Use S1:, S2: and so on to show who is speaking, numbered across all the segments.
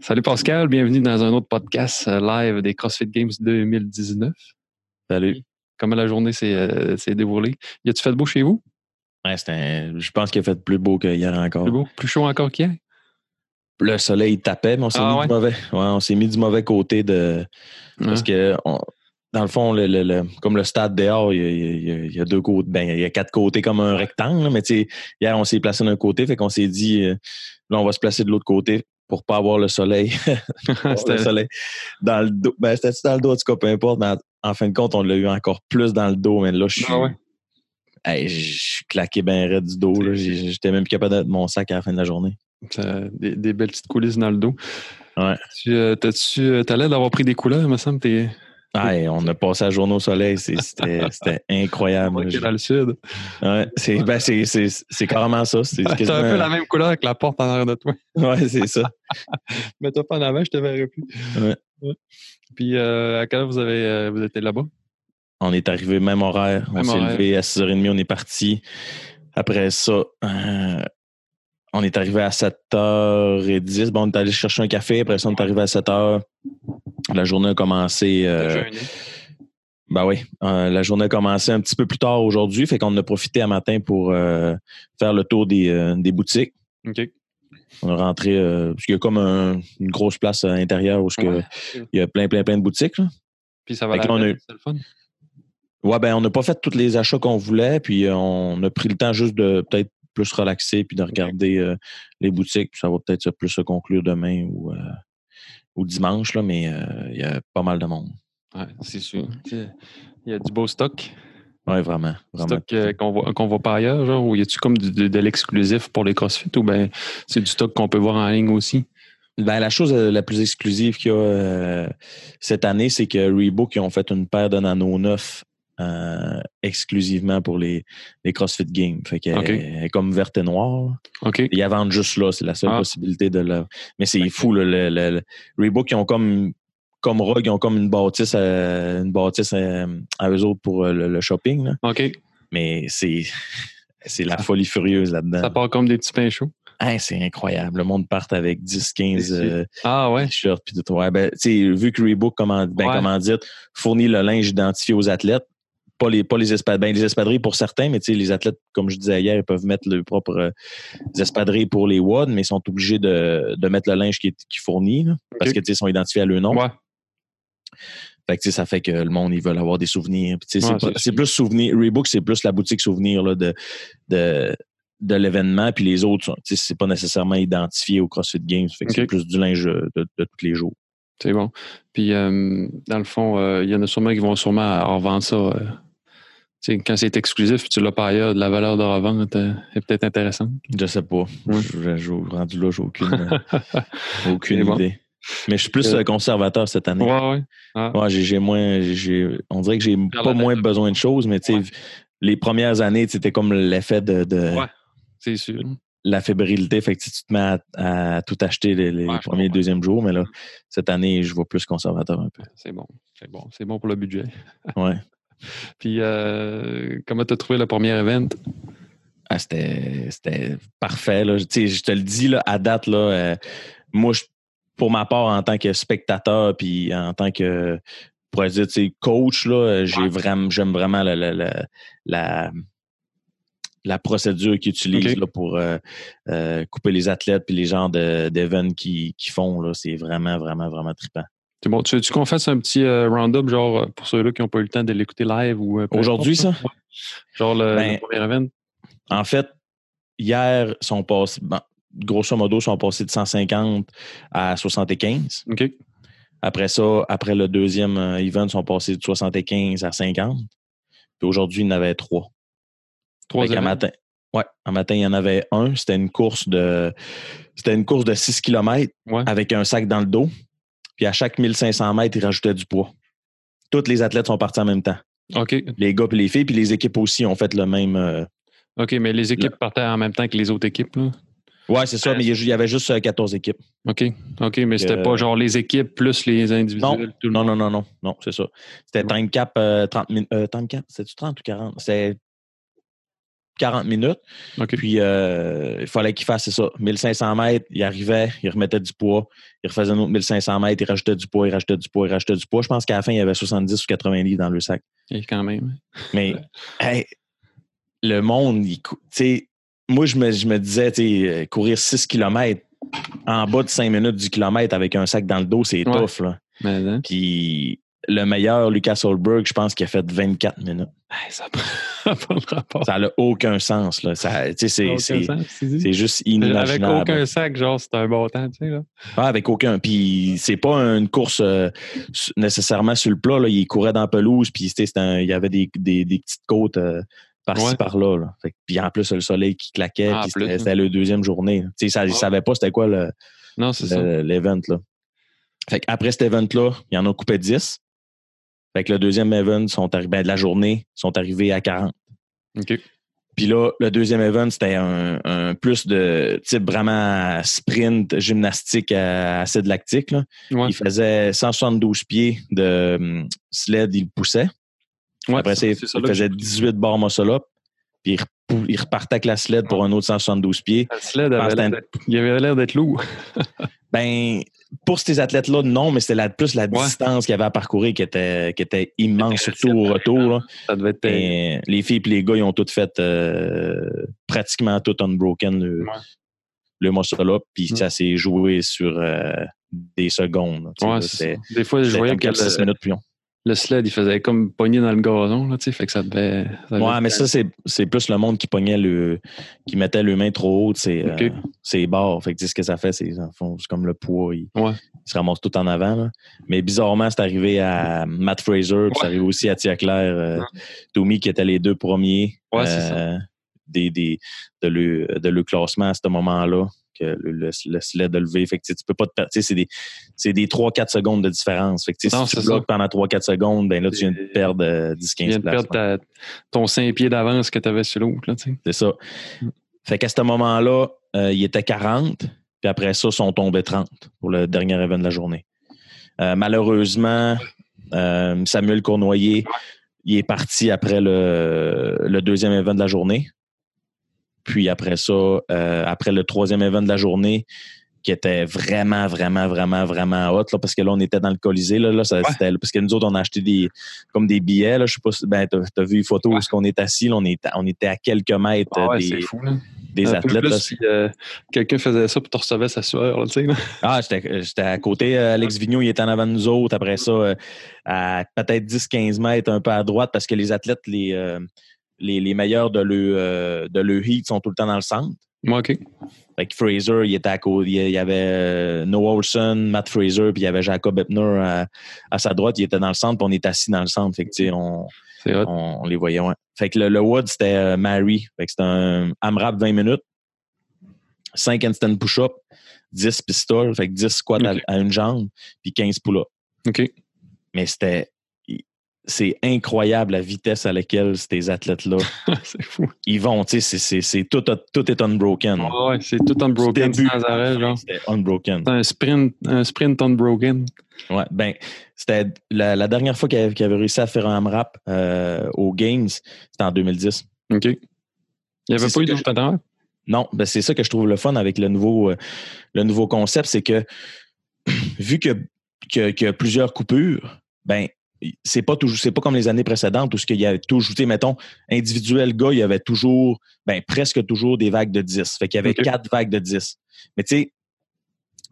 S1: Salut Pascal, bienvenue dans un autre podcast euh, live des CrossFit Games 2019.
S2: Salut.
S1: Comment la journée s'est euh, s'est déroulée? Y a-tu fait beau chez vous?
S2: Ouais, c'est un- je pense qu'il a fait plus beau qu'hier encore.
S1: Plus beau? Plus chaud encore qu'hier?
S2: Le soleil tapait, mais on s'est
S1: Ah
S2: mis,
S1: ouais?
S2: du mauvais... ouais, on s'est mis du mauvais côté de. Parce
S1: Ouais.
S2: que, on- dans le fond, le- le- le- comme le stade dehors, il y a, il y a- il y a deux côtés. Ben, il y a quatre côtés comme un rectangle, là, mais tu sais, hier, on s'est placé d'un côté, fait qu'on s'est dit, euh, là, on va se placer de l'autre côté pour pas avoir le soleil. avoir le
S1: C'était-
S2: soleil. Dans le dos. Ben, c'était dans le dos, en tout cas, peu importe. mais en- en fin de compte, on l'a eu encore plus dans le dos, mais là, je suis.
S1: Ah ouais.
S2: Hey, je suis claqué ben raide du dos. là. J'ai- J'étais même plus capable d'être mon sac à la fin de la journée.
S1: Ça- des, des belles petites coulisses dans le dos.
S2: Ouais.
S1: Tu euh, t'as-tu, euh, t'as l'air d'avoir pris des couleurs, me semble. T'es
S2: Hey, on a passé la journée au soleil. C'est- C'était c'était incroyable.
S1: t'es
S2: Je-
S1: dans le sud.
S2: ouais, c'est ben, c'est- c'est- c'est carrément ça. C'est
S1: T'as
S2: quasiment-
S1: un peu la même couleur que la porte en arrière de toi.
S2: Ouais, c'est ça.
S1: Mets-toi pas en avant, je te verrai plus.
S2: Ouais.
S1: Ouais. Puis euh, à quelle heure vous avez euh, vous étiez là-bas?
S2: On est arrivé même horaire.
S1: Même
S2: on s'est
S1: horaire.
S2: levé à 6h30. On est parti. Après ça, euh, on est arrivé à 7h10. Bon, on est allé chercher un café. Après ça, on est arrivé à 7h. La journée a commencé. euh, Ben oui, euh, la journée a commencé un petit peu plus tard aujourd'hui, fait qu'on en a profité à matin pour euh, faire le tour des, euh, des boutiques.
S1: OK.
S2: On est rentré, euh, parce qu'il y a comme un- une grosse place à l'intérieur où ce que-
S1: Ouais.
S2: il y a plein, plein, plein de boutiques. Là.
S1: Puis ça va
S2: Fait que
S1: la
S2: là, on a
S1: peine,
S2: eu-
S1: c'est le fun.
S2: Ouais, ben on n'a pas fait tous les achats qu'on voulait, puis euh, on a pris le temps juste de peut-être plus relaxer, puis de regarder euh, les boutiques, puis ça va peut-être se- plus se conclure demain ou, euh, ou dimanche, là, mais euh, il y a pas mal de monde.
S1: Ouais, c'est sûr. Il y a du beau stock.
S2: Oui, vraiment, vraiment.
S1: stock euh, qu'on voit, qu'on voit pas ailleurs, genre, ou y a-tu comme du- de, de l'exclusif pour les CrossFit ou ben c'est du stock qu'on peut voir en ligne aussi?
S2: Ben, la chose euh, la plus exclusive qu'il y a euh, cette année, c'est que Reebok ils ont fait une paire de Nano 9 euh, exclusivement pour les, les CrossFit Games. Fait qu'elle
S1: Ok.
S2: elle est comme verte et noire.
S1: OK.
S2: Ils la vendent juste là. C'est la seule
S1: Ah.
S2: possibilité de la. Mais c'est fou, là, le, le- le- Reebok, ils ont comme. Comme Rogue, ils ont comme une bâtisse, à, une bâtisse à, à eux autres pour euh, le, le shopping. là.
S1: OK.
S2: Mais c'est c'est la folie furieuse là-dedans.
S1: Ça part comme des petits pains chauds.
S2: Hein, c'est incroyable. Le monde part avec 10, 15
S1: Des-
S2: euh,
S1: Ah ouais.
S2: t-shirt puis tout. Ouais, ben, tu sais, vu que Reebok, comment, ben,
S1: Ouais.
S2: comment dire, fournit le linge identifié aux athlètes, pas les, pas les espadrilles. Ben, les espadrilles pour certains, mais tu sais, les athlètes, comme je disais hier, ils peuvent mettre leurs propres euh, espadrilles pour les WOD, mais ils sont obligés de, de mettre le linge qui, est- qui fournit, là, parce que tu sais, ils sont identifiés à leur nom.
S1: Ouais.
S2: Fait que, tu sais, ça fait que le monde, ils veulent avoir des souvenirs. Puis, tu sais,
S1: Ouais,
S2: c'est pas-
S1: c'est-
S2: c'est plus souvenir. Reebok, c'est plus la boutique souvenir là, de, de, de l'événement. Puis les autres, sont- tu sais, c'est pas nécessairement identifié au CrossFit Games. Fait que
S1: Ok.
S2: c'est plus du linge euh, de, de tous les jours.
S1: C'est bon. Puis euh, dans le fond, euh, il y en a sûrement qui vont sûrement en revendre ça. euh, tu sais, quand c'est exclusif, tu l'as pas ailleurs, la valeur de revente euh, est peut-être intéressante.
S2: Je sais pas.
S1: Ouais.
S2: Je, je- je- rendu là, j'ai aucune, euh,
S1: C'est
S2: aucune
S1: bon.
S2: idée. Mais je suis plus
S1: Euh,
S2: euh, conservateur cette année.
S1: Ouais, ouais.
S2: Ouais, j'ai, j'ai moins. j'ai- j'ai- on dirait que j'ai
S1: la
S2: pas
S1: tête
S2: moins
S1: de-
S2: besoin de choses, mais tu sais,
S1: Ouais.
S2: les premières années, c'était comme l'effet de, de
S1: Ouais. C'est sûr.
S2: la fébrilité. Fait que tu te mets à, à tout acheter les, les
S1: Ouais, je
S2: premiers et
S1: comprends. Mm.
S2: deuxièmes jours, mais là, cette année, je vois plus conservateur un peu.
S1: C'est bon. C'est bon. C'est bon pour le budget.
S2: Ouais.
S1: Puis euh, comment t'as trouvé le premier event?
S2: Ah, c'était, c'était parfait. Là. Tu sais, Je te le dis, là, à date, là, euh, moi, je- pour ma part, en tant que spectateur, puis en tant que je pourrais dire, tu sais, coach, là, euh, j'ai
S1: Ouais.
S2: vraiment, j'aime vraiment la, la, la, la- la procédure qu'ils utilisent
S1: Ok.
S2: là, pour euh, euh, couper les athlètes puis les genres de, d'events qui, qui font. Là, c'est vraiment, vraiment, vraiment trippant.
S1: C'est bon. Tu veux-tu qu'on fasse un petit euh, round-up, genre, euh, pour ceux-là qui n'ont pas eu le temps de l'écouter live ou. euh, peu
S2: Aujourd'hui,
S1: importe,
S2: ça?
S1: là? Genre le,
S2: Ben,
S1: le premier event?
S2: En fait, hier, sont passés, bon, grosso modo, sont passés de 150 à 75.
S1: OK.
S2: Après ça, après le deuxième euh, event, ils sont passés de 75 à 50. Puis aujourd'hui, il y en avait trois.
S1: Trois
S2: Fait qu'un
S1: events.
S2: matin, ouais, un matin, il y en avait un. C'était une course de c'était une course de 6 km
S1: Ouais.
S2: avec un sac dans le dos. Puis à chaque 1500 mètres, ils rajoutaient du poids. Toutes les athlètes sont partis en même temps.
S1: OK.
S2: Les gars et les filles, puis les équipes aussi ont fait le même. euh,
S1: OK, mais les équipes partaient en même temps que les autres équipes, là.
S2: Ouais, c'est ça,
S1: Ouais.
S2: mais il y a- il y avait juste euh, 14 équipes.
S1: OK. OK, mais c'était
S2: Euh,
S1: pas genre les équipes plus les individuels. tout le
S2: Non,
S1: monde.
S2: non, non, non, non, c'est ça. C'était
S1: Bon.
S2: euh, time cap euh, 30 minutes. time cap, c'était-tu 30 ou 40? C'était 40 minutes.
S1: OK.
S2: Puis, euh, il fallait qu'il fasse c'est ça. 1500 mètres, il arrivait, il remettait du poids, il refaisait un autre 1500 mètres, il rajoutait du poids, il rajoutait du poids, il rajoutait du poids. Je pense qu'à la fin, il y avait 70 ou 80 livres dans le sac.
S1: Et quand même.
S2: Mais, hey, le monde, il cou- tu sais, moi, je me, je me disais, tu sais, euh, courir 6 km en bas de 5 minutes du kilomètre avec un sac dans le dos, c'est
S1: Ouais.
S2: tough, là.
S1: Mais hein,
S2: Puis, le meilleur, Lucas Holberg, je pense qu'il a fait 24 minutes.
S1: hey, ça prend pas de rapport.
S2: Ça n'a aucun sens, là. Ça, tu sais, c'est-
S1: Aucun
S2: c'est-
S1: sens, tu dis. Euh,
S2: c'est juste
S1: Avec
S2: inimaginable.
S1: aucun sac, genre, c'est un bon temps, tu sais. Là.
S2: Ah, avec aucun. Puis c'est pas une course euh, su- nécessairement sur le plat. Là. Il courait dans la pelouse, puis c'était- c'était un- il y avait des, des- des petites côtes euh, par-ci,
S1: Ouais.
S2: par-là. là. Fait que- Puis en plus, le soleil qui claquait,
S1: Ah, en
S2: puis
S1: plus, hein.
S2: c'était c'était la deuxième journée. là. Tu sais, ça, ils
S1: Ouais.
S2: savaient pas c'était quoi le-
S1: Non, c'est ça.
S2: le- l'event. là. Fait après cet event-là, ils en ont coupé 10. Fait que le deuxième event, sont arrivés, ben, de la journée, sont arrivés à 40.
S1: OK.
S2: Puis là, le deuxième event, c'était un, un plus de type vraiment sprint, gymnastique à acide lactique. Là.
S1: Ouais.
S2: Il faisait 172 pieds de hum, sled, il poussait.
S1: Ouais,
S2: Après ça, il,
S1: c'est ça,
S2: il
S1: là, que
S2: faisait 18 bars muscle up. Puis il, repou- il repartait avec la sled pour un autre 172 pieds.
S1: je- le sled
S2: Ah,
S1: avait
S2: c'était
S1: l'air
S2: un-
S1: d'être- Il avait l'air d'être lourd.
S2: Ben, pour ces athlètes-là, non, mais c'était la, plus la
S1: Ouais.
S2: distance qu'il y avait à parcourir qui était, qui était immense,
S1: C'était
S2: surtout au retour. là.
S1: Ça devait être. terrible.
S2: Mais les filles et les gars, ils ont toutes fait euh, pratiquement tout unbroken le,
S1: Ouais.
S2: le muscle up, puis
S1: Mm.
S2: ça s'est joué sur euh, des secondes. là, tu sais,
S1: Ouais,
S2: là,
S1: c'est
S2: c'était-
S1: ça. Des fois, je
S2: c'était
S1: voyais
S2: comme
S1: que
S2: 4-6
S1: le,
S2: minutes, puis on-
S1: le sled, il faisait comme pogner dans le gazon, là, tu sais, fait que ça devait. ça devait-
S2: Ouais, mais ça, c'est c'est plus le monde qui pognait le. qui mettait le main trop haute, c'est
S1: OK.
S2: euh, c'est barre. Fait que tu sais ce que ça fait, c'est ils en font- c'est comme le poids, ils,
S1: Ouais.
S2: ils se ramassent tout en avant. là. Mais bizarrement, c'est arrivé à Matt Fraser, puis c'est arrivé aussi à Tia Claire, euh,
S1: Ouais.
S2: Tommy qui étaient les deux premiers
S1: Hum. Ouais, c'est
S2: euh, des, des, de, le, de le classement à ce moment-là. Que le, le, le sled de lever. Fait que tu sais, tu peux pas te perdre. Tu sais, C'est des, c'est des 3-4 secondes de différence. Fait que tu sais,
S1: Non,
S2: si tu
S1: c'est ça.
S2: bloques pendant 3-4 secondes, ben là, tu viens de
S1: C'est-
S2: perdre euh,
S1: Tu viens
S2: 10-15
S1: de
S2: places.
S1: perdre ta- ton 5 pieds d'avance que tu avais sur l'autre, là, tu sais.
S2: C'est ça. Fait qu'à ce moment-là, euh, il était 40, puis après ça, sont tombés 30 pour le dernier event de la journée. Euh, malheureusement, euh, Samuel Cournoyer, il est parti après le, le deuxième event de la journée. Puis après ça, euh, après le troisième event de la journée, qui était vraiment, vraiment, vraiment, vraiment hot, là, parce que là, on était dans le Colisée, là, là, ça, c'était- parce que nous autres, on a acheté des, comme des billets, là, je sais pas si, ben, t'as, t'as vu les photos où
S1: Ouais.
S2: est-ce qu'on est assis, là, on, est, on était à quelques mètres
S1: Ah
S2: euh,
S1: ouais, c'est
S2: des,
S1: fou, là.
S2: des
S1: Un peu
S2: athlètes,
S1: plus
S2: là.
S1: si, euh, quelqu'un faisait ça pour te recevait sa sueur, là, tu sais. là.
S2: Ah, j'étais j'étais à côté. euh, Alex Vigneault, il était en avant de nous autres. Après ça, euh, à peut-être 10-15 mètres, un peu à droite, parce que les athlètes, les, euh, les, les meilleurs de le, euh, de le heat sont tout le temps dans le centre.
S1: Moi, OK.
S2: Fait que Fraser, il était à côté. Il y avait euh, Noah Olson, Matt Fraser, puis il y avait Jacob Epner à, à sa droite. Il était dans le centre, puis on est assis dans le centre. Fait que, tu sais, on,
S1: C'est hot.
S2: on, on les voyait, ouais. Fait que le, le Wood, c'était euh, Mary. Fait que c'était un AMRAP 20 minutes, 5 instant push-up, 10 pistoles, fait que 10 squats à-
S1: Ok.
S2: à, une jambe, puis 15 pull-ups.
S1: OK.
S2: Mais c'était. C'est incroyable la vitesse à laquelle ces athlètes-là
S1: c'est fou.
S2: ils vont. Tu sais, c'est- c'est- c'est tout, tout est unbroken.
S1: Ouais, c'est tout unbroken
S2: Du début
S1: sans arrêt, genre.
S2: C'était unbroken.
S1: C'est un sprint, un sprint unbroken.
S2: Ouais, ben, c'était la, la dernière fois qu'il avait, qu'il avait réussi à faire un AMRAP euh, aux Games, c'était en 2010.
S1: OK. Il n'y
S2: C'est
S1: avait
S2: ça
S1: pas eu
S2: que
S1: d'autre pattern?
S2: Non, ben c'est ça que je trouve le fun avec le nouveau, euh, le nouveau concept, c'est que vu que- que- qu'il y a plusieurs coupures, ben c'est pas toujours, c'est pas comme les années précédentes où ce qu'il y avait toujours, tu sais, mettons, individuel gars, il y avait toujours, ben presque toujours des vagues de 10. Fait qu'il y avait
S1: Ok.
S2: quatre vagues de 10. Mais tu sais,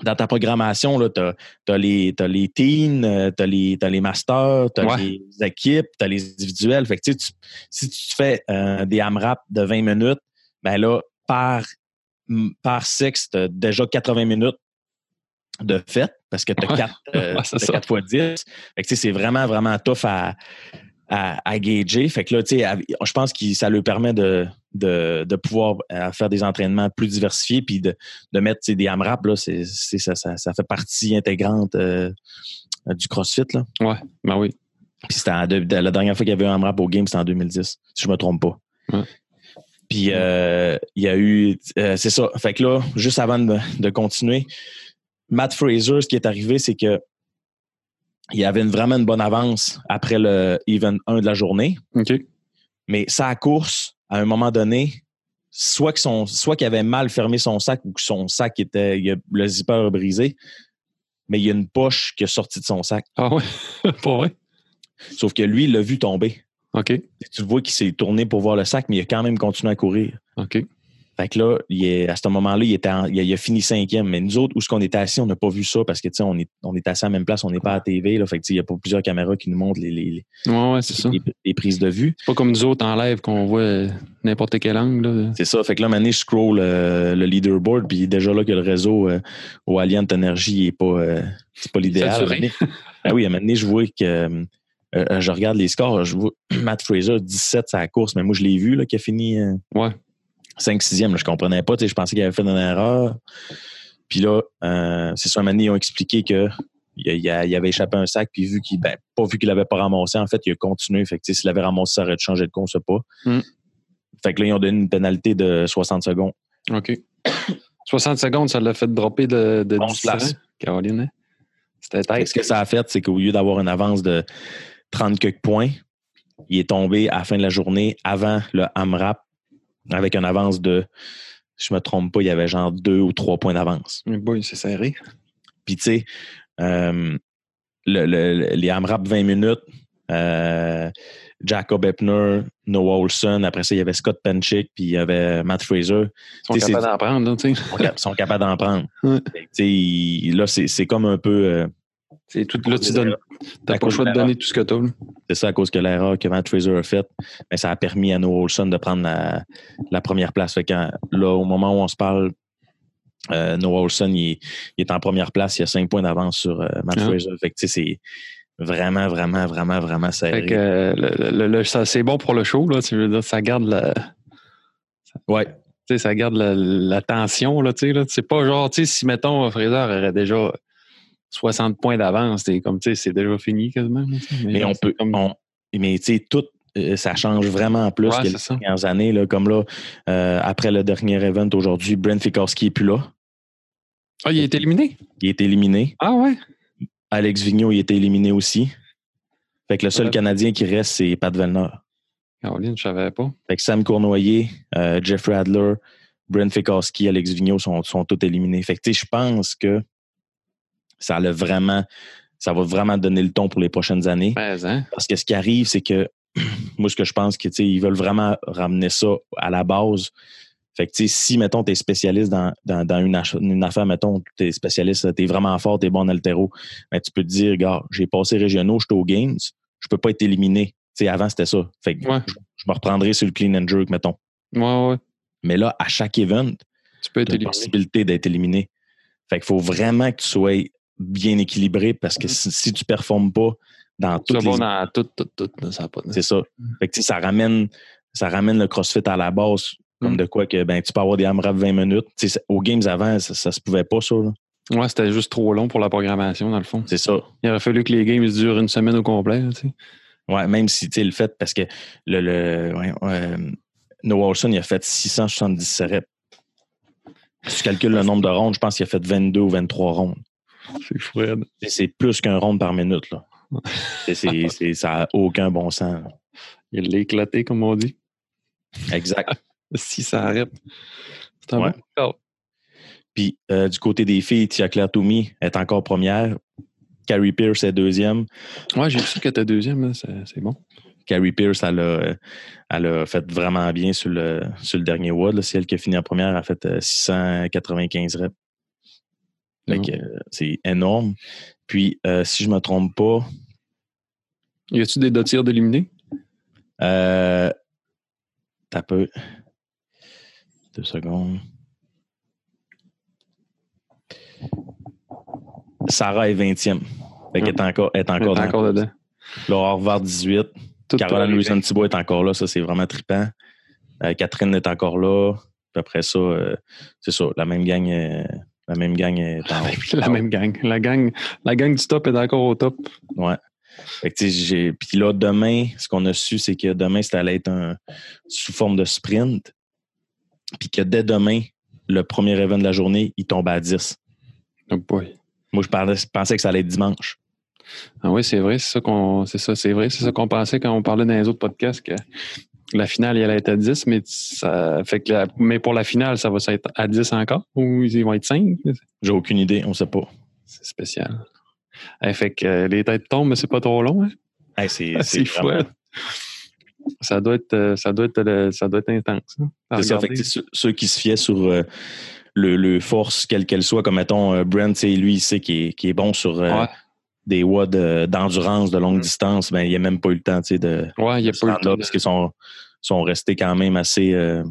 S2: dans ta programmation, là, t'as, t'as les, t'as les teens, euh, t'as les, t'as les masters, t'as
S1: Ouais.
S2: les équipes, t'as les individuels. Fait que tu sais, tu- si tu te fais euh, des AMRAP de 20 minutes, ben là, par, m- par sexe, t'as déjà 80 minutes de fête parce que t'as
S1: Ouais.
S2: 4 euh,
S1: Ouais, c'est
S2: t'as
S1: ça.
S2: quatre fois 10. Fait que tu sais, c'est vraiment, vraiment tough à, à, à gager. Fait que là, tu sais, av- je pense que ça lui permet de, de, de pouvoir euh, faire des entraînements plus diversifiés puis de, de mettre tu sais, des AMRAP, là, c'est, c'est- ça, ça, ça fait partie intégrante euh, euh, du CrossFit. Là.
S1: Ouais, ben oui.
S2: Puis c'était en deux- la dernière fois qu'il y avait eu un AMRAP au game, c'était en 2010, si je me trompe pas.
S1: Ouais.
S2: Puis euh, il y a eu. euh, c'est ça. Fait que là, juste avant de, de continuer, Matt Fraser, ce qui est arrivé, c'est que il avait une- vraiment une bonne avance après le event 1 de la journée.
S1: OK.
S2: Mais sa course, à un moment donné, soit qu'il soit qu'il avait mal fermé son sac ou que son sac était, il a- le zipper a brisé, mais il y a une poche qui est sortie de son sac.
S1: Ah ouais? Pas vrai?
S2: Sauf que lui, il l'a vu tomber.
S1: OK.
S2: Et tu le vois qu'il s'est tourné pour voir le sac, mais il a quand même continué à courir.
S1: OK.
S2: Fait que là, il est- à ce moment-là, il, était en- il, a, il a fini cinquième. Mais nous autres, où ce qu'on était assis, on n'a pas vu ça parce que, tu sais, on est, on est assis à la même place, on n'est pas à la TV. Là, fait que, tu sais, il y a pas plusieurs caméras qui nous montrent les, les- les-
S1: Ouais, ouais, c'est ça.
S2: les- les prises de vue.
S1: C'est pas comme nous autres en live qu'on voit euh, n'importe quel angle. là.
S2: C'est ça. Fait que là, maintenant, je scroll euh, le leaderboard, puis déjà là que le réseau euh, au Alliant Energy n'est pas, euh, c'est pas l'idéal.
S1: Saturé.
S2: À un moment donné- Ah oui, à un moment donné, je vois que euh, euh, je regarde les scores. Je vois Matt Fraser 17 à la course, mais moi, je l'ai vu là, qui a fini euh,
S1: Ouais.
S2: 5-6e. là. Je comprenais pas. tu sais, Je pensais qu'il avait fait une erreur. Puis là, euh, c'est ça, à un moment donné, ils ont expliqué que. Il, a- il a- il avait échappé un sac, puis vu qu'il ben, pas vu qu'il l'avait pas ramassé, en fait, il a continué. Fait que tu sais, s'il l'avait ramassé, ça aurait changé de course, pas. Fait que là, ils ont donné une pénalité de 60 secondes.
S1: OK. 60 secondes, ça l'a fait dropper de, de
S2: On
S1: 10
S2: se place.
S1: ans, Caroline, hein? C'était
S2: Fait
S1: tête.
S2: que ce que ça a fait, c'est qu'au lieu d'avoir une avance de 30 quelques points, il est tombé à la fin de la journée avant le AMRAP avec une avance de, je me trompe pas, il y avait genre deux ou trois points d'avance.
S1: Mais boy, c'est serré.
S2: Puis tu sais, euh, le- le- le- les AMRAP 20 minutes, euh, Jacob Eppner, Noah Olson, après ça, il y avait Scott Penchick, puis il y avait Matt Fraser.
S1: Ils sont
S2: T'sais,
S1: capables
S2: c'est-
S1: d'en prendre, là, tu sais.
S2: Ils sont cap- sont capables d'en prendre.
S1: Ouais.
S2: Fait que, tu sais, il- Là, c'est c'est comme un peu... euh,
S1: C'est tout, là, tu donnes. T'as
S2: À
S1: pas le
S2: cause
S1: choix de
S2: de la-
S1: donner tout ce que t'as. là.
S2: C'est ça, à cause que l'erreur que Matt Fraser a faite, mais ça a permis à Noah Olson de prendre la, la première place. Fait que euh, là, au moment où on se parle, euh, Noah Olson, il, est- il est en première place. Il a cinq points d'avance sur euh, Matt
S1: Ah.
S2: Fraser. Fait que, tu sais, c'est vraiment, vraiment, vraiment, vraiment serré.
S1: Fait que euh, le- le- le- ça, c'est bon pour le show, là. Tu veux dire, ça garde la.
S2: Ouais.
S1: tu sais, ça garde la, la tension, là, tu sais, là. C'est pas genre, tu sais, si, mettons, Fraser aurait déjà 60 points d'avance, t'es comme, tu sais, c'est déjà fini quasiment. là, tu sais.
S2: Mais on
S1: c'est
S2: peut.
S1: comme-
S2: on- mais tu sais, tout. euh, ça change vraiment plus
S1: Ouais,
S2: que les
S1: c'est ça.
S2: dernières années. Là, comme là, euh, après le dernier event aujourd'hui, Brent Fikorski n'est plus là.
S1: Ah, il est éliminé?
S2: Il est éliminé.
S1: Ah ouais?
S2: Alex Vigneault, il était éliminé aussi. Fait que le seul
S1: Ouais.
S2: Canadien qui reste, c'est Pat Velner.
S1: Caroline, je savais pas.
S2: Fait que Sam Cournoyer, euh, Jeffrey Adler, Brent Fikowski, Alex Vigneault sont, sont tous éliminés. Fait que, tu sais, je pense que ça l'a vraiment, ça va vraiment donner le ton pour les prochaines années.
S1: Mais, hein?
S2: Parce que ce qui arrive, c'est que moi, ce que je pense, que tu sais, ils veulent vraiment ramener ça à la base. Fait que, tu sais, si, mettons, tu es spécialiste dans, dans, dans une, ach- une affaire, mettons, tu es spécialiste, tu es vraiment fort, tu es bon en altéro, mais tu peux te dire, gars, j'ai passé régionaux, je suis aux Games, je peux pas être éliminé. Tu sais, avant, c'était ça. Fait que
S1: Ouais.
S2: je, je me reprendrai sur le clean and jerk, mettons.
S1: Ouais, ouais.
S2: Mais là, à chaque event,
S1: Tu peux être
S2: tu as la
S1: éliminé.
S2: possibilité d'être éliminé. Fait qu'il faut vraiment que tu sois bien équilibré parce que si, si tu performes pas dans
S1: Mm-hmm. Tu
S2: toutes
S1: vas
S2: les
S1: voir dans tout, tout, tout, là, ça a pas de
S2: c'est ça. Fait que, tu sais, ça ramène, ça ramène le CrossFit à la base, comme
S1: Mm.
S2: de quoi que ben, tu peux avoir des AMRAP 20 minutes. Tu sais, c'est- aux games avant, ça, ça se pouvait pas, ça. là.
S1: Ouais, c'était juste trop long pour la programmation, dans le fond.
S2: C'est ça.
S1: Il aurait fallu que les games durent une semaine au complet, là, tu sais.
S2: Ouais, même si tu sais, le fait, parce que le, le ouais, euh, Noah Olson, il a fait 670 reps. Si tu calcules le nombre de rondes, je pense qu'il a fait 22 ou 23 rondes.
S1: C'est Fred.
S2: Tu sais, C'est plus qu'un ronde par minute. Là. Tu sais, c'est- c'est- ça n'a aucun bon sens. là.
S1: Il l'a éclaté, comme on dit.
S2: Exact.
S1: Si ça arrête. C'est un
S2: Ouais.
S1: bon record.
S2: Puis euh, du côté des filles, Tia Claire Toumi est encore première. Carrie Pierce est deuxième.
S1: Ouais, j'ai vu ça que t'es deuxième, là, c'est c'est bon.
S2: Carrie Pierce, elle a, euh, elle a fait vraiment bien sur le, sur le dernier WOD. là. C'est elle qui a fini en première, elle a fait euh, 695 reps. Fait que, euh, c'est énorme. Puis, euh, si je me trompe pas,
S1: Y a-tu des deux tirs d'éliminés?
S2: euh, t'as peu. Deux secondes. Sarah est 20e. Fait qu'elle est encore, Hum. elle est encore,
S1: Encore,
S2: dans-
S1: encore dedans.
S2: Laura Harvard, 18.
S1: Tout
S2: Caroline
S1: euh,
S2: Louison Thibault est encore là, ça c'est vraiment trippant. Euh, Catherine est encore là. Puis après ça, euh, c'est ça, la même gang, euh, la même gang est en haut.
S1: La même gang. La gang, la gang du top est encore au top.
S2: Fait que, tu sais, j'ai- Puis là, demain, ce qu'on a su, c'est que demain, ça allait être un- sous forme de sprint. Puis que dès demain, le premier event de la journée, il tombe à 10.
S1: Oh boy.
S2: Moi, je parlais- je pensais que ça allait être dimanche.
S1: Ah oui, c'est vrai, c'est ça qu'on c'est ça, c'est vrai, c'est ça qu'on pensait quand on parlait dans les autres podcasts que la finale, elle allait être à 10, mais ça fait que la- mais pour la finale, ça va être à 10 encore ou ils vont être 5?
S2: J'ai aucune idée, on sait pas.
S1: C'est spécial. Eh, fait que euh, les têtes tombent, mais c'est pas trop long. Hein?
S2: Hey, c'est
S1: C'est
S2: c'est
S1: fou. hein. Ça doit être, euh, ça doit être, le- ça doit être intense. hein, à
S2: C'est ça, fait
S1: regarder.
S2: que, tu sais, ceux, ceux qui se fiaient sur euh, le, le force, quelle qu'elle soit, comme mettons euh, Brent, tu sais, lui, il sait qu'il est, qu'il est bon sur euh,
S1: Ouais.
S2: des watts de- d'endurance de longue
S1: Mm.
S2: distance, ben, il n'a même pas eu le temps tu sais, de,
S1: Ouais, il y a
S2: de se
S1: peu de
S2: rendre là
S1: temps.
S2: parce qu'ils sont, sont restés quand même assez euh,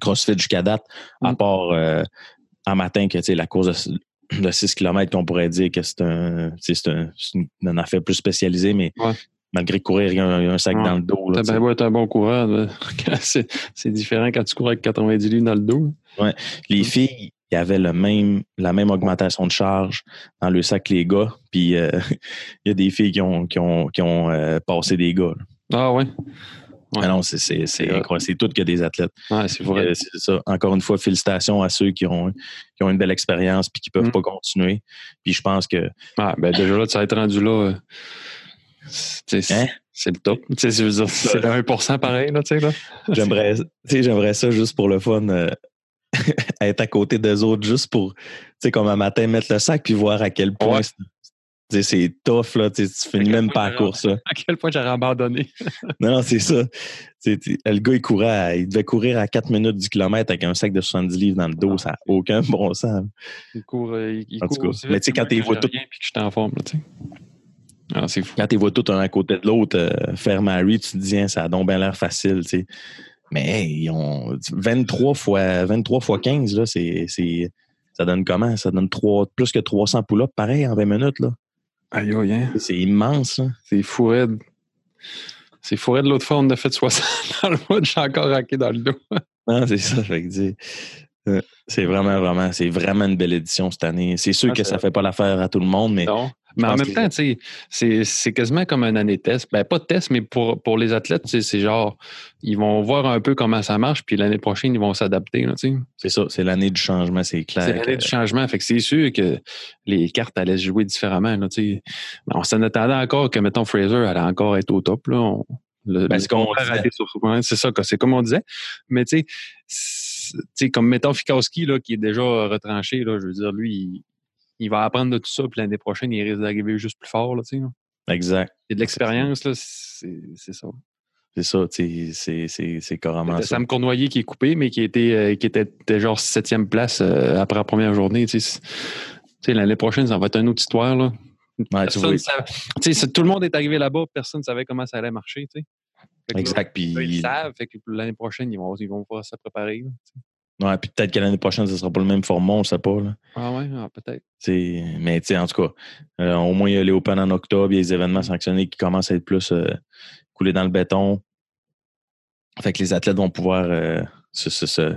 S2: crossfit jusqu'à date, à
S1: Mm.
S2: part euh, en matin que tu sais, la course de, de 6 km qu'on pourrait dire que c'est un, tu sais, c'est un, c'est une, une affaire plus spécialisée, mais
S1: Ouais.
S2: malgré courir, il y a un, il y a un sac
S1: Ouais. Ben,
S2: dans le dos. là,
S1: T'as
S2: tu sais.
S1: bien beau être un bon coureur. là. Quand c'est c'est différent quand tu cours avec 90 livres dans le dos.
S2: Les
S1: Mm.
S2: filles, il y avait le même, la même augmentation de charge dans le sac que les gars. Puis euh, il y a des filles qui ont, qui ont, qui ont euh, passé des gars. là.
S1: Ah ouais, Ouais.
S2: Ah non, c'est- c'est c'est incroyable. C'est tout que des athlètes.
S1: ouais c'est vrai.
S2: Euh, c'est ça. Encore une fois, félicitations à ceux qui ont, qui ont une belle expérience puis qui peuvent
S1: Mm.
S2: pas continuer. Puis je pense que
S1: Ah, ben déjà là, tu vas être rendu là. euh, c'est c'est-
S2: Hein?
S1: c'est le top. Tu sais, je veux dire, C'est le 1 pareil, là, tu sais, là.
S2: j'aimerais tu sais, j'aimerais ça juste pour le fun. euh, être à côté des autres juste pour, tu sais, comme un matin, mettre le sac puis voir à quel point
S1: Ouais.
S2: c'est- tu sais, c'est tough, là. Tu sais, tu finis
S1: quel
S2: même
S1: point
S2: pas la
S1: t'as-
S2: course, là.
S1: À quel point j'aurais abandonné.
S2: Non, non, c'est ça. C'est- c'est- le gars, il courait, à- il devait courir à 4 minutes du kilomètre avec un sac de 70 livres dans le
S1: Ah.
S2: dos. Ça n'a aucun bon sens.
S1: Il court, euh, il, il
S2: En tout
S1: court
S2: cas.
S1: aussi
S2: Mais
S1: vite
S2: tu sais, quand
S1: que moi,
S2: t'es vois
S1: j'ai
S2: tout-
S1: rien puis que je suis en forme, là, tu sais. Ah, c'est fou.
S2: Quand tu vois tout un à côté de l'autre, euh, faire Mary, tu te dis, Hein, ça a donc bien l'air facile. tu sais. Mais hey, ils ont 23 fois, 23 fois 15, là, c'est, c'est- ça donne comment? Ça donne trois- plus que 300 pull-ups, pareil, en 20 minutes. Là.
S1: Aïe, aïe, hein.
S2: C'est immense. là.
S1: C'est fou, raide. C'est fou, raide. L'autre fois, on en a fait 60 dans le mois, j'ai encore raqué dans le dos.
S2: Non, c'est ça. fait que dis- euh, c'est vraiment, vraiment, c'est vraiment une belle édition cette année. C'est sûr
S1: Ah,
S2: que
S1: c'est
S2: ça ne fait pas l'affaire à tout le monde, mais
S1: Non. Mais en
S2: pense
S1: même
S2: que-
S1: temps, tu sais, c'est- c'est quasiment comme une année de test. Ben, pas de test, mais pour, pour les athlètes, tu sais, c'est genre, ils vont voir un peu comment ça marche, puis l'année prochaine, ils vont s'adapter. là, tu sais.
S2: C'est ça, c'est l'année du changement, c'est clair.
S1: C'est l'année du changement. Fait que c'est sûr que les cartes allaient se jouer différemment. Là, tu sais. on s'en attendait encore que, mettons, Fraser allait encore être au top. Là. On- le-
S2: Ben,
S1: le-
S2: c'est qu'on
S1: pas raté sur- ouais, c'est ça, que- c'est comme on disait. Mais tu sais, c'est- tu sais, comme mettons Fikowski, là, qui est déjà retranché, là, je veux dire, lui, il, il va apprendre de tout ça, puis l'année prochaine, il risque d'arriver juste plus fort. Là, tu sais, là.
S2: Exact.
S1: Et de l'expérience, là, c'est c'est ça.
S2: C'est ça, tu sais, c'est- c'est c'est carrément
S1: C'était
S2: ça.
S1: Sam Cournoyer qui est coupé, mais qui était, euh, qui était, était genre septième place euh, après la première journée. Tu sais, c'est- tu sais, l'année prochaine, ça va être une autre histoire. Là.
S2: Ouais, tu
S1: Personne
S2: vois,
S1: savait- tu sais, c'est- tout le monde est arrivé là-bas, personne ne savait comment ça allait marcher. tu sais. Fait que là,
S2: exact. Puis,
S1: là, ils le
S2: ouais,
S1: savent, fait que l'année prochaine, ils vont, ils vont pouvoir se préparer. là.
S2: puis peut-être que l'année prochaine, ce ne sera pas le même format, on ne sait pas. Là.
S1: Ah ouais, ah, peut-être.
S2: Tu sais, Mais tu sais, en tout cas, euh, au moins, il y a les Open en octobre, il y a les événements sanctionnés qui commencent à être plus euh, coulés dans le béton. Fait que les athlètes vont pouvoir euh, se, se- se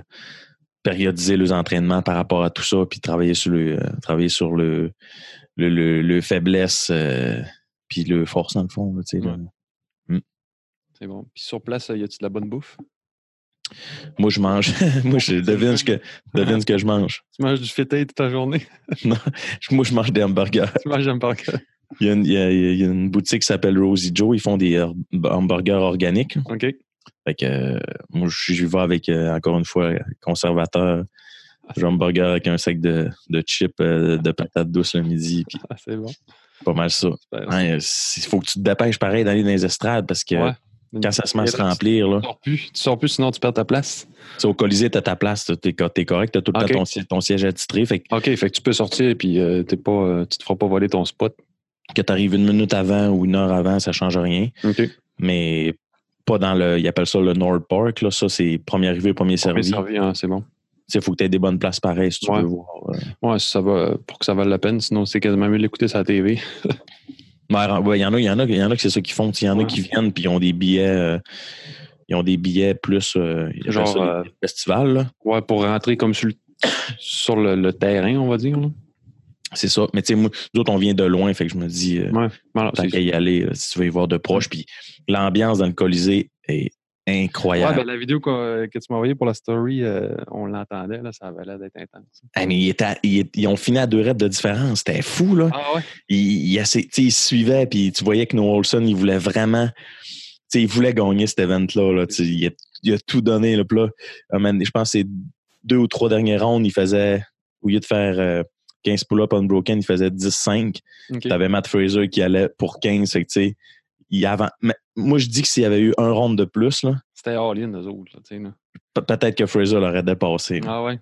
S2: périodiser leurs entraînements par rapport à tout ça, puis travailler sur le, euh, travailler sur le, le, le- le faiblesse, euh, puis le force, dans le fond. là, tu sais, là.
S1: Ouais. C'est bon. Puis sur place, euh, y a-tu de la bonne bouffe?
S2: Moi, je mange. Moi, je devine ce que, devine ce que je mange.
S1: Tu manges du feta toute la journée?
S2: Je- Moi, je mange des hamburgers.
S1: tu manges un burger?
S2: Il y a une, il y a- il y a une boutique qui s'appelle Rosie Joe. Ils font des hor- hamburgers organiques.
S1: OK.
S2: Fait que, euh, moi, je j'y vais avec, euh, encore une fois, conservateur.
S1: Ah.
S2: J'ai un hamburger avec un sac de, de chips, euh, de patates douces le midi. Puis
S1: Ah, c'est bon.
S2: pas mal ça.
S1: Super.
S2: Il faut que tu te dépêches pareil d'aller dans les estrades parce que
S1: Ouais.
S2: quand ça se met à se
S1: Tu
S2: remplir, là,
S1: sors plus, tu sors plus, sinon tu perds ta place.
S2: tu sais, au Colisée, t'as ta place, t'es t'es correct, t'as tout le
S1: Ok.
S2: temps ton, siège- ton siège attitré. Fait que
S1: OK, fait que tu peux sortir puis euh, t'es pas, euh, tu te feras pas voler ton spot.
S2: que tu arrives une minute avant ou une heure avant, ça change rien.
S1: OK.
S2: mais pas dans le. Ils appellent ça le Nord Park. Là. Ça, c'est premier arrivé, premier
S1: Servi.
S2: servi.
S1: servi hein, c'est bon.
S2: Il faut que tu aies des bonnes places pareilles si tu
S1: Ouais.
S2: veux voir. euh.
S1: Ouais, si ça va, euh, pour que ça vaille la peine, sinon c'est quasiment mieux de l'écouter sur la TV.
S2: Mais, ouais, Il y en a, il y en a, il y en a que c'est ça qu'ils font. Il y en a
S1: Ouais.
S2: qui viennent puis ils ont des billets. euh, ils ont des billets plus euh, ils appellent
S1: Genre,
S2: ça des
S1: euh,
S2: billets de festival. là.
S1: Ouais, pour rentrer comme sur le, sur le, le terrain, on va dire. là.
S2: C'est ça. Mais tu sais, moi, nous autres, on vient de loin, fait que je me dis euh,
S1: Ouais. Voilà,
S2: tant
S1: c'est
S2: qu'à y aller, euh, si tu veux y voir de proche. Puis l'ambiance dans le Colisée est
S1: Ouais,
S2: incroyable.
S1: ben, la vidéo que, que tu m'as envoyée pour la story, euh, on l'entendait, là, ça avait l'air d'être intense.
S2: Ah, mais ils, étaient- ils- ils ont fini à deux reps de différence. C'était fou, là.
S1: Ah ouais?
S2: il, il, essa- tu sais, il se suivait, puis tu voyais que Noah Olson, il voulait vraiment sais, il voulait gagner cet event-là. Là, tu sais, il, a, il a tout donné. Là, Puis là, un moment donné, je pense que c'est deux ou trois dernières rondes, il faisait, au lieu de faire euh, 15 pull-ups unbroken, il faisait 10-5.
S1: OK.
S2: T'avais Matt Fraser qui allait pour 15. Fait que, tu sais, il avant... mais moi, je dis que s'il y avait eu un round de plus, là,
S1: C'était all-in, eux autres. là, tu sais, là.
S2: pe- peut-être que Fraser l'aurait dépassé. là.
S1: Ah ouais,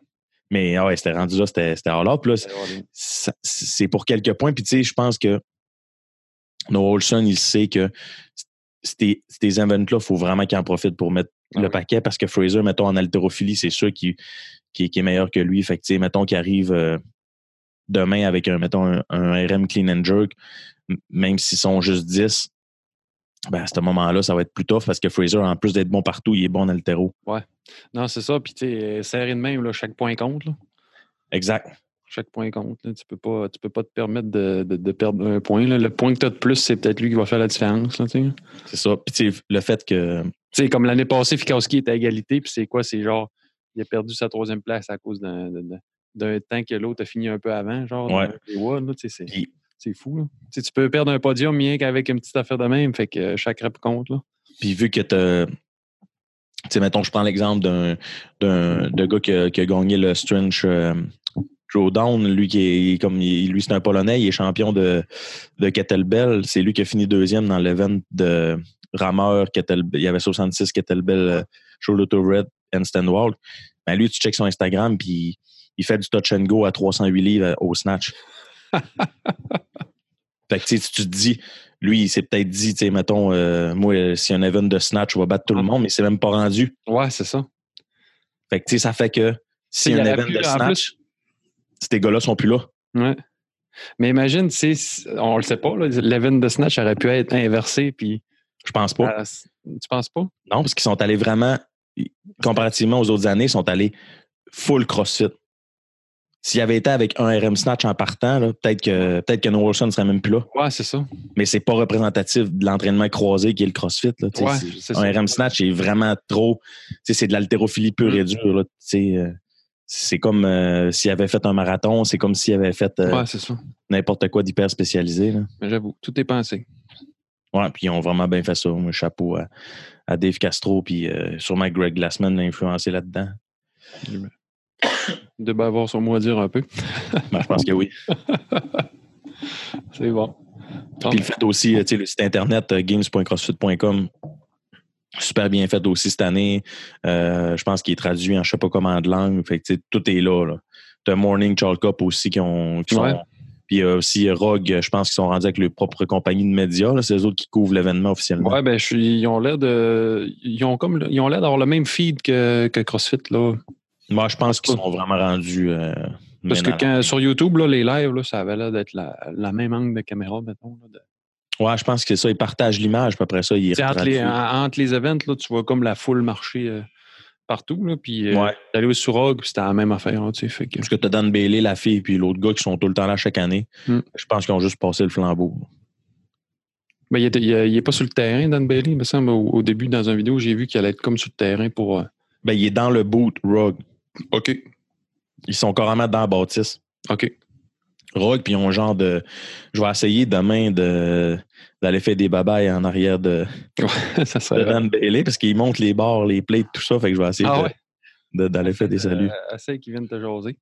S2: Mais ah ouais, c'était rendu là, c'était c'était all-out. Puis là,
S1: c'était all-in.
S2: ça- c'est pour quelques points. Puis, tu sais, je pense que Noah Olson, il sait que ces ces events-là, il faut vraiment qu'il en profite pour mettre
S1: Ah
S2: le
S1: oui.
S2: paquet parce que Fraser, mettons, en haltérophilie, c'est sûr qu'il qu'il- qu'il est meilleur que lui. Fait que, tu sais, mettons qu'il arrive euh, demain avec, un, mettons, un, un RM clean and jerk, m- même s'ils sont juste 10, ben, à ce moment-là, ça va être plus tough parce que Fraser, en plus d'être bon partout, il est bon en haltéro.
S1: Non, c'est ça. Puis, tu sais, serré de même, là, chaque point compte. là.
S2: Exact.
S1: Chaque point compte. là. Tu peux pas, tu peux pas te permettre de, de- de perdre un point. là. Le point que tu as de plus, c'est peut-être lui qui va faire la différence. là, tu sais.
S2: C'est ça. Puis, tu sais, le fait que.
S1: Tu sais, comme l'année passée, Fikowski était à égalité, puis c'est quoi? C'est genre, il a perdu sa troisième place à cause d'un, d'un- d'un temps que l'autre a fini un peu avant, genre.
S2: Ouais.
S1: dans le K1, là, tu sais, c'est,
S2: Puis-
S1: c'est fou, là. Tu sais, tu peux perdre un podium rien qu'avec une petite affaire de même, fait que euh, chaque rep compte, là.
S2: Puis vu que t'as. Tu sais, mettons, je prends l'exemple d'un, d'un, d'un gars qui a, qui a gagné le Strange euh, Drawdown. Lui, qui est, comme, il- lui, c'est un Polonais, il est champion de, de Kettlebell. C'est lui qui a fini deuxième dans l'event de rameur Kettlebell. Il y avait 66 Kettlebell, euh, Shoulder to Red and Stand Wall. Ben, lui, tu checks son Instagram, puis il fait du touch and go à 308 livres euh, au snatch. fait que tu sais, si tu te dis, lui, il s'est peut-être dit, tu sais, mettons, euh, moi, euh, s'il y a un event de snatch, je vais battre tout le monde, mais c'est même pas rendu.
S1: Ouais, c'est ça.
S2: Fait que, tu sais, ça fait que s'il y a
S1: Il aurait
S2: un event
S1: pu,
S2: de
S1: en
S2: snatch, ces gars-là sont plus là.
S1: Ouais. Mais imagine, tu sais, on le sait pas, là, l'event de Snatch aurait pu être inversé, puis.
S2: Je pense pas.
S1: Ah, c- tu penses pas?
S2: Non, parce qu'ils sont allés vraiment, comparativement aux autres années, ils sont allés full CrossFit. S'il avait été avec un RM snatch en partant, là, peut-être que peut-être que Noah Olson serait même plus là.
S1: Ouais, c'est ça.
S2: Mais c'est pas représentatif de l'entraînement croisé qui est le CrossFit. là, tu sais,
S1: Ouais,
S2: c'est-
S1: c'est
S2: un
S1: ça.
S2: RM snatch est vraiment trop. tu sais, C'est de l'haltérophilie pure
S1: Mm.
S2: et dure. là, tu sais, euh, c'est comme euh, s'il avait fait un marathon, c'est comme s'il avait fait euh,
S1: Ouais, c'est ça.
S2: n'importe quoi d'hyper spécialisé. là.
S1: Mais j'avoue, tout est pensé.
S2: Ouais, puis ils ont vraiment bien fait ça. Moi, chapeau à, à Dave Castro, puis euh, sûrement Greg Glassman l'a influencé là-dedans.
S1: De avoir son mot à dire un peu.
S2: Ben, je pense que oui.
S1: C'est bon. Bon,
S2: Puis le fait aussi, euh, tu sais, le site internet euh, games.crossfit.com, super bien fait aussi cette année. Euh, je pense qu'il est traduit en je sais pas comment de langue. Fait que, tu sais, tout est là. là. T'as Morning Charles Cup aussi qui, ont, qui sont.
S1: Ouais.
S2: Puis euh, aussi euh, Rogue, euh, je pense qu'ils sont rendus avec leur propre compagnie de médias. là. C'est eux autres qui couvrent l'événement officiellement.
S1: Ouais, ben, je suis- ils ont l'air de. Ils ont comme ils ont l'air d'avoir le même feed que, que CrossFit, là.
S2: Moi, je pense qu'ils sont vraiment rendus. euh,
S1: Parce que
S2: maintenant.
S1: quand, sur YouTube, là, les lives, là, ça avait l'air d'être la, la même angle de caméra, mettons. là, de-
S2: Ouais, je pense que c'est ça. Ils partagent l'image, puis après ça, ils
S1: Tu sais, entre, les,
S2: retraduisent.
S1: en- entre les events, là, tu vois comme la foule marcher euh, partout. Là, puis euh,
S2: Ouais.
S1: t'es allé au Sourog, puis c'était la même affaire. hein, tu sais, fait que-
S2: Parce que t'as Dan Bailey, la fille, puis l'autre gars qui sont tout le temps là chaque année.
S1: Mm.
S2: Je pense qu'ils ont juste passé le flambeau.
S1: Ben, il était- il il est pas sur le terrain, Dan Bailey, il me semble. Au, au début, dans une vidéo, j'ai vu qu'il allait être comme sur le terrain pour. euh,
S2: Ben, il est dans le boot, Rogue.
S1: OK.
S2: Ils sont carrément dans la bâtisse.
S1: OK.
S2: Rogue, puis ils ont genre de. Je vais essayer demain de d'aller faire des babayes en arrière de,
S1: ça
S2: de
S1: serait.
S2: Dan Bailey parce qu'ils montent les bars, les plates, tout ça. Fait que je vais essayer
S1: Ah
S2: de-
S1: ouais?
S2: de- d'aller faire des saluts.
S1: Euh, essaye qu'ils viennent te jaser.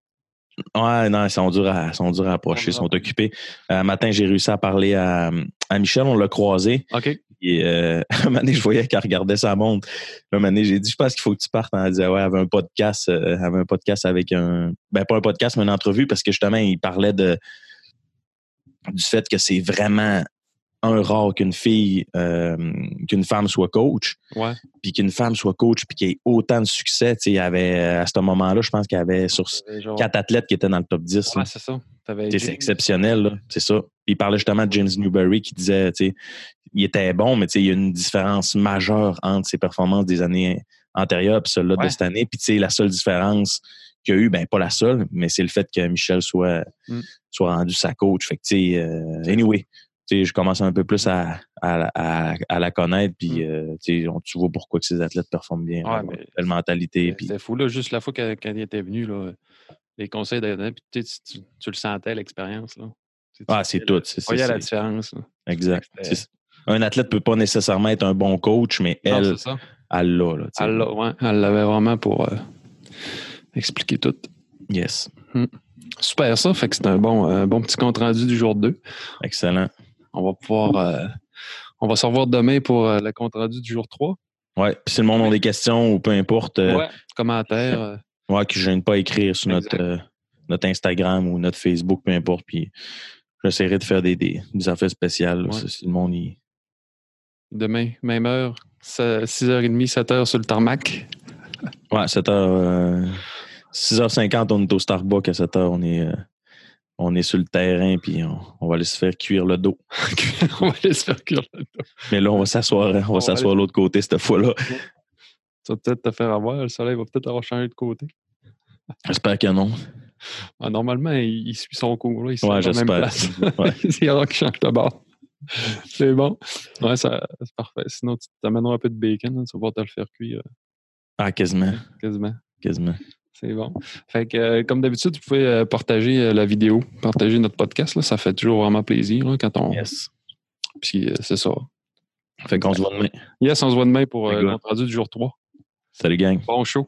S2: Ouais, non, ils sont durs à, ils sont durs à approcher, ils sont occupés. Un matin, j'ai réussi à parler à, à Michel, on l'a croisé.
S1: OK.
S2: Et euh, un moment donné, je voyais qu'elle regardait sa montre. Un moment donné, j'ai dit, je pense qu'il faut que tu partes. Elle disait, ouais, elle avait un podcast, euh, elle avait un podcast avec un... Ben, pas un podcast, mais une entrevue, parce que justement, il parlait de du fait que c'est vraiment un rare qu'une fille, euh, qu'une femme soit coach,
S1: Ouais.
S2: puis qu'une femme soit coach, puis qu'il y ait autant de succès. Tu sais, il y avait, euh, à ce moment-là, je pense qu'il y avait sur
S1: Euh, Genre-
S2: quatre athlètes qui étaient dans le top 10. là.
S1: Ouais, c'est ça. T'avais
S2: Tu sais, C'est exceptionnel, là. c'est ça. Il parlait justement de James Newberry qui disait, tu sais, il était bon, mais tu sais, il y a une différence majeure entre ses performances des années antérieures et celle-là
S1: Ouais.
S2: de cette année. Puis tu sais, la seule différence qu'il y a eu, ben pas la seule, mais c'est le fait que Michel soit,
S1: Mm.
S2: soit rendu sa coach. Fait que tu sais, euh, anyway, tu sais, je commence un peu plus à, à, à- à la connaître, puis
S1: Mm.
S2: euh, tu sais, on- tu vois pourquoi que ces athlètes performent bien.
S1: Ouais,
S2: la
S1: mais-
S2: mentalité, puis
S1: C'était fou, là, juste la fois que- quand, il était venu, là, les conseils d'Adam, puis tu, sais, tu- tu- tu le sentais, l'expérience. là. Tu sais, tu
S2: Ah, c'est
S1: voyais
S2: tout.
S1: la-
S2: c'est-
S1: voyais
S2: c'est-
S1: la différence. là.
S2: Exact.
S1: Fait que
S2: C'est- Un athlète peut pas nécessairement être un bon coach, mais
S1: Non,
S2: elle,
S1: c'est ça.
S2: elle l'a. là, tu sais.
S1: Elle l'a, ouais. Elle l'avait vraiment pour euh, expliquer tout.
S2: Yes.
S1: Super ça, fait que c'est un bon, un bon petit compte rendu du jour 2.
S2: Excellent.
S1: On va pouvoir. euh, on va se revoir demain pour euh, le compte rendu du jour 3.
S2: Ouais. Puis si le monde a des questions ou peu importe, euh,
S1: Ouais. Commentaire. euh,
S2: ouais, qui ne gêne pas à écrire sur notre,
S1: Exact.
S2: euh, notre Instagram ou notre Facebook, peu importe. Puis j'essaierai de faire des, des, des affaires spéciales. là,
S1: Ouais.
S2: ça, si le monde y.
S1: demain, même heure, ça- 6h30, 7h sur le tarmac.
S2: Ouais, 7 h euh, 6h50, on est au Starbucks. À 7 h on est, euh, on est sur le terrain. Puis on, on va aller se faire cuire le dos.
S1: on va aller se faire cuire.
S2: Mais là, on va s'asseoir. hein,
S1: va
S2: On va s'asseoir de l'autre côté cette fois-là.
S1: Ça va peut-être te faire avoir. Le soleil va peut-être avoir changé de côté.
S2: J'espère que non.
S1: Ah, normalement, il, il suit son cours. Là. Il suit la
S2: Ouais,
S1: même
S2: j'espère.
S1: place.
S2: Ouais.
S1: C'est alors qu'il change de bord. C'est bon. Ouais, ça- c'est parfait. Sinon, tu t'amèneras un peu de bacon. hein, Tu vas pouvoir te le faire cuire euh,
S2: Ah, quasiment.
S1: quasiment.
S2: Quasiment.
S1: C'est bon. Fait que, euh, comme d'habitude, vous pouvez euh, partager euh, la vidéo, partager notre podcast. là. Ça fait toujours vraiment plaisir hein, quand on.
S2: Yes.
S1: Puis euh, c'est ça.
S2: Fait qu'on se voit demain.
S1: Yes, on se voit demain pour euh,
S2: Good.
S1: l'entendu du jour 3.
S2: Salut, gang.
S1: Bon show.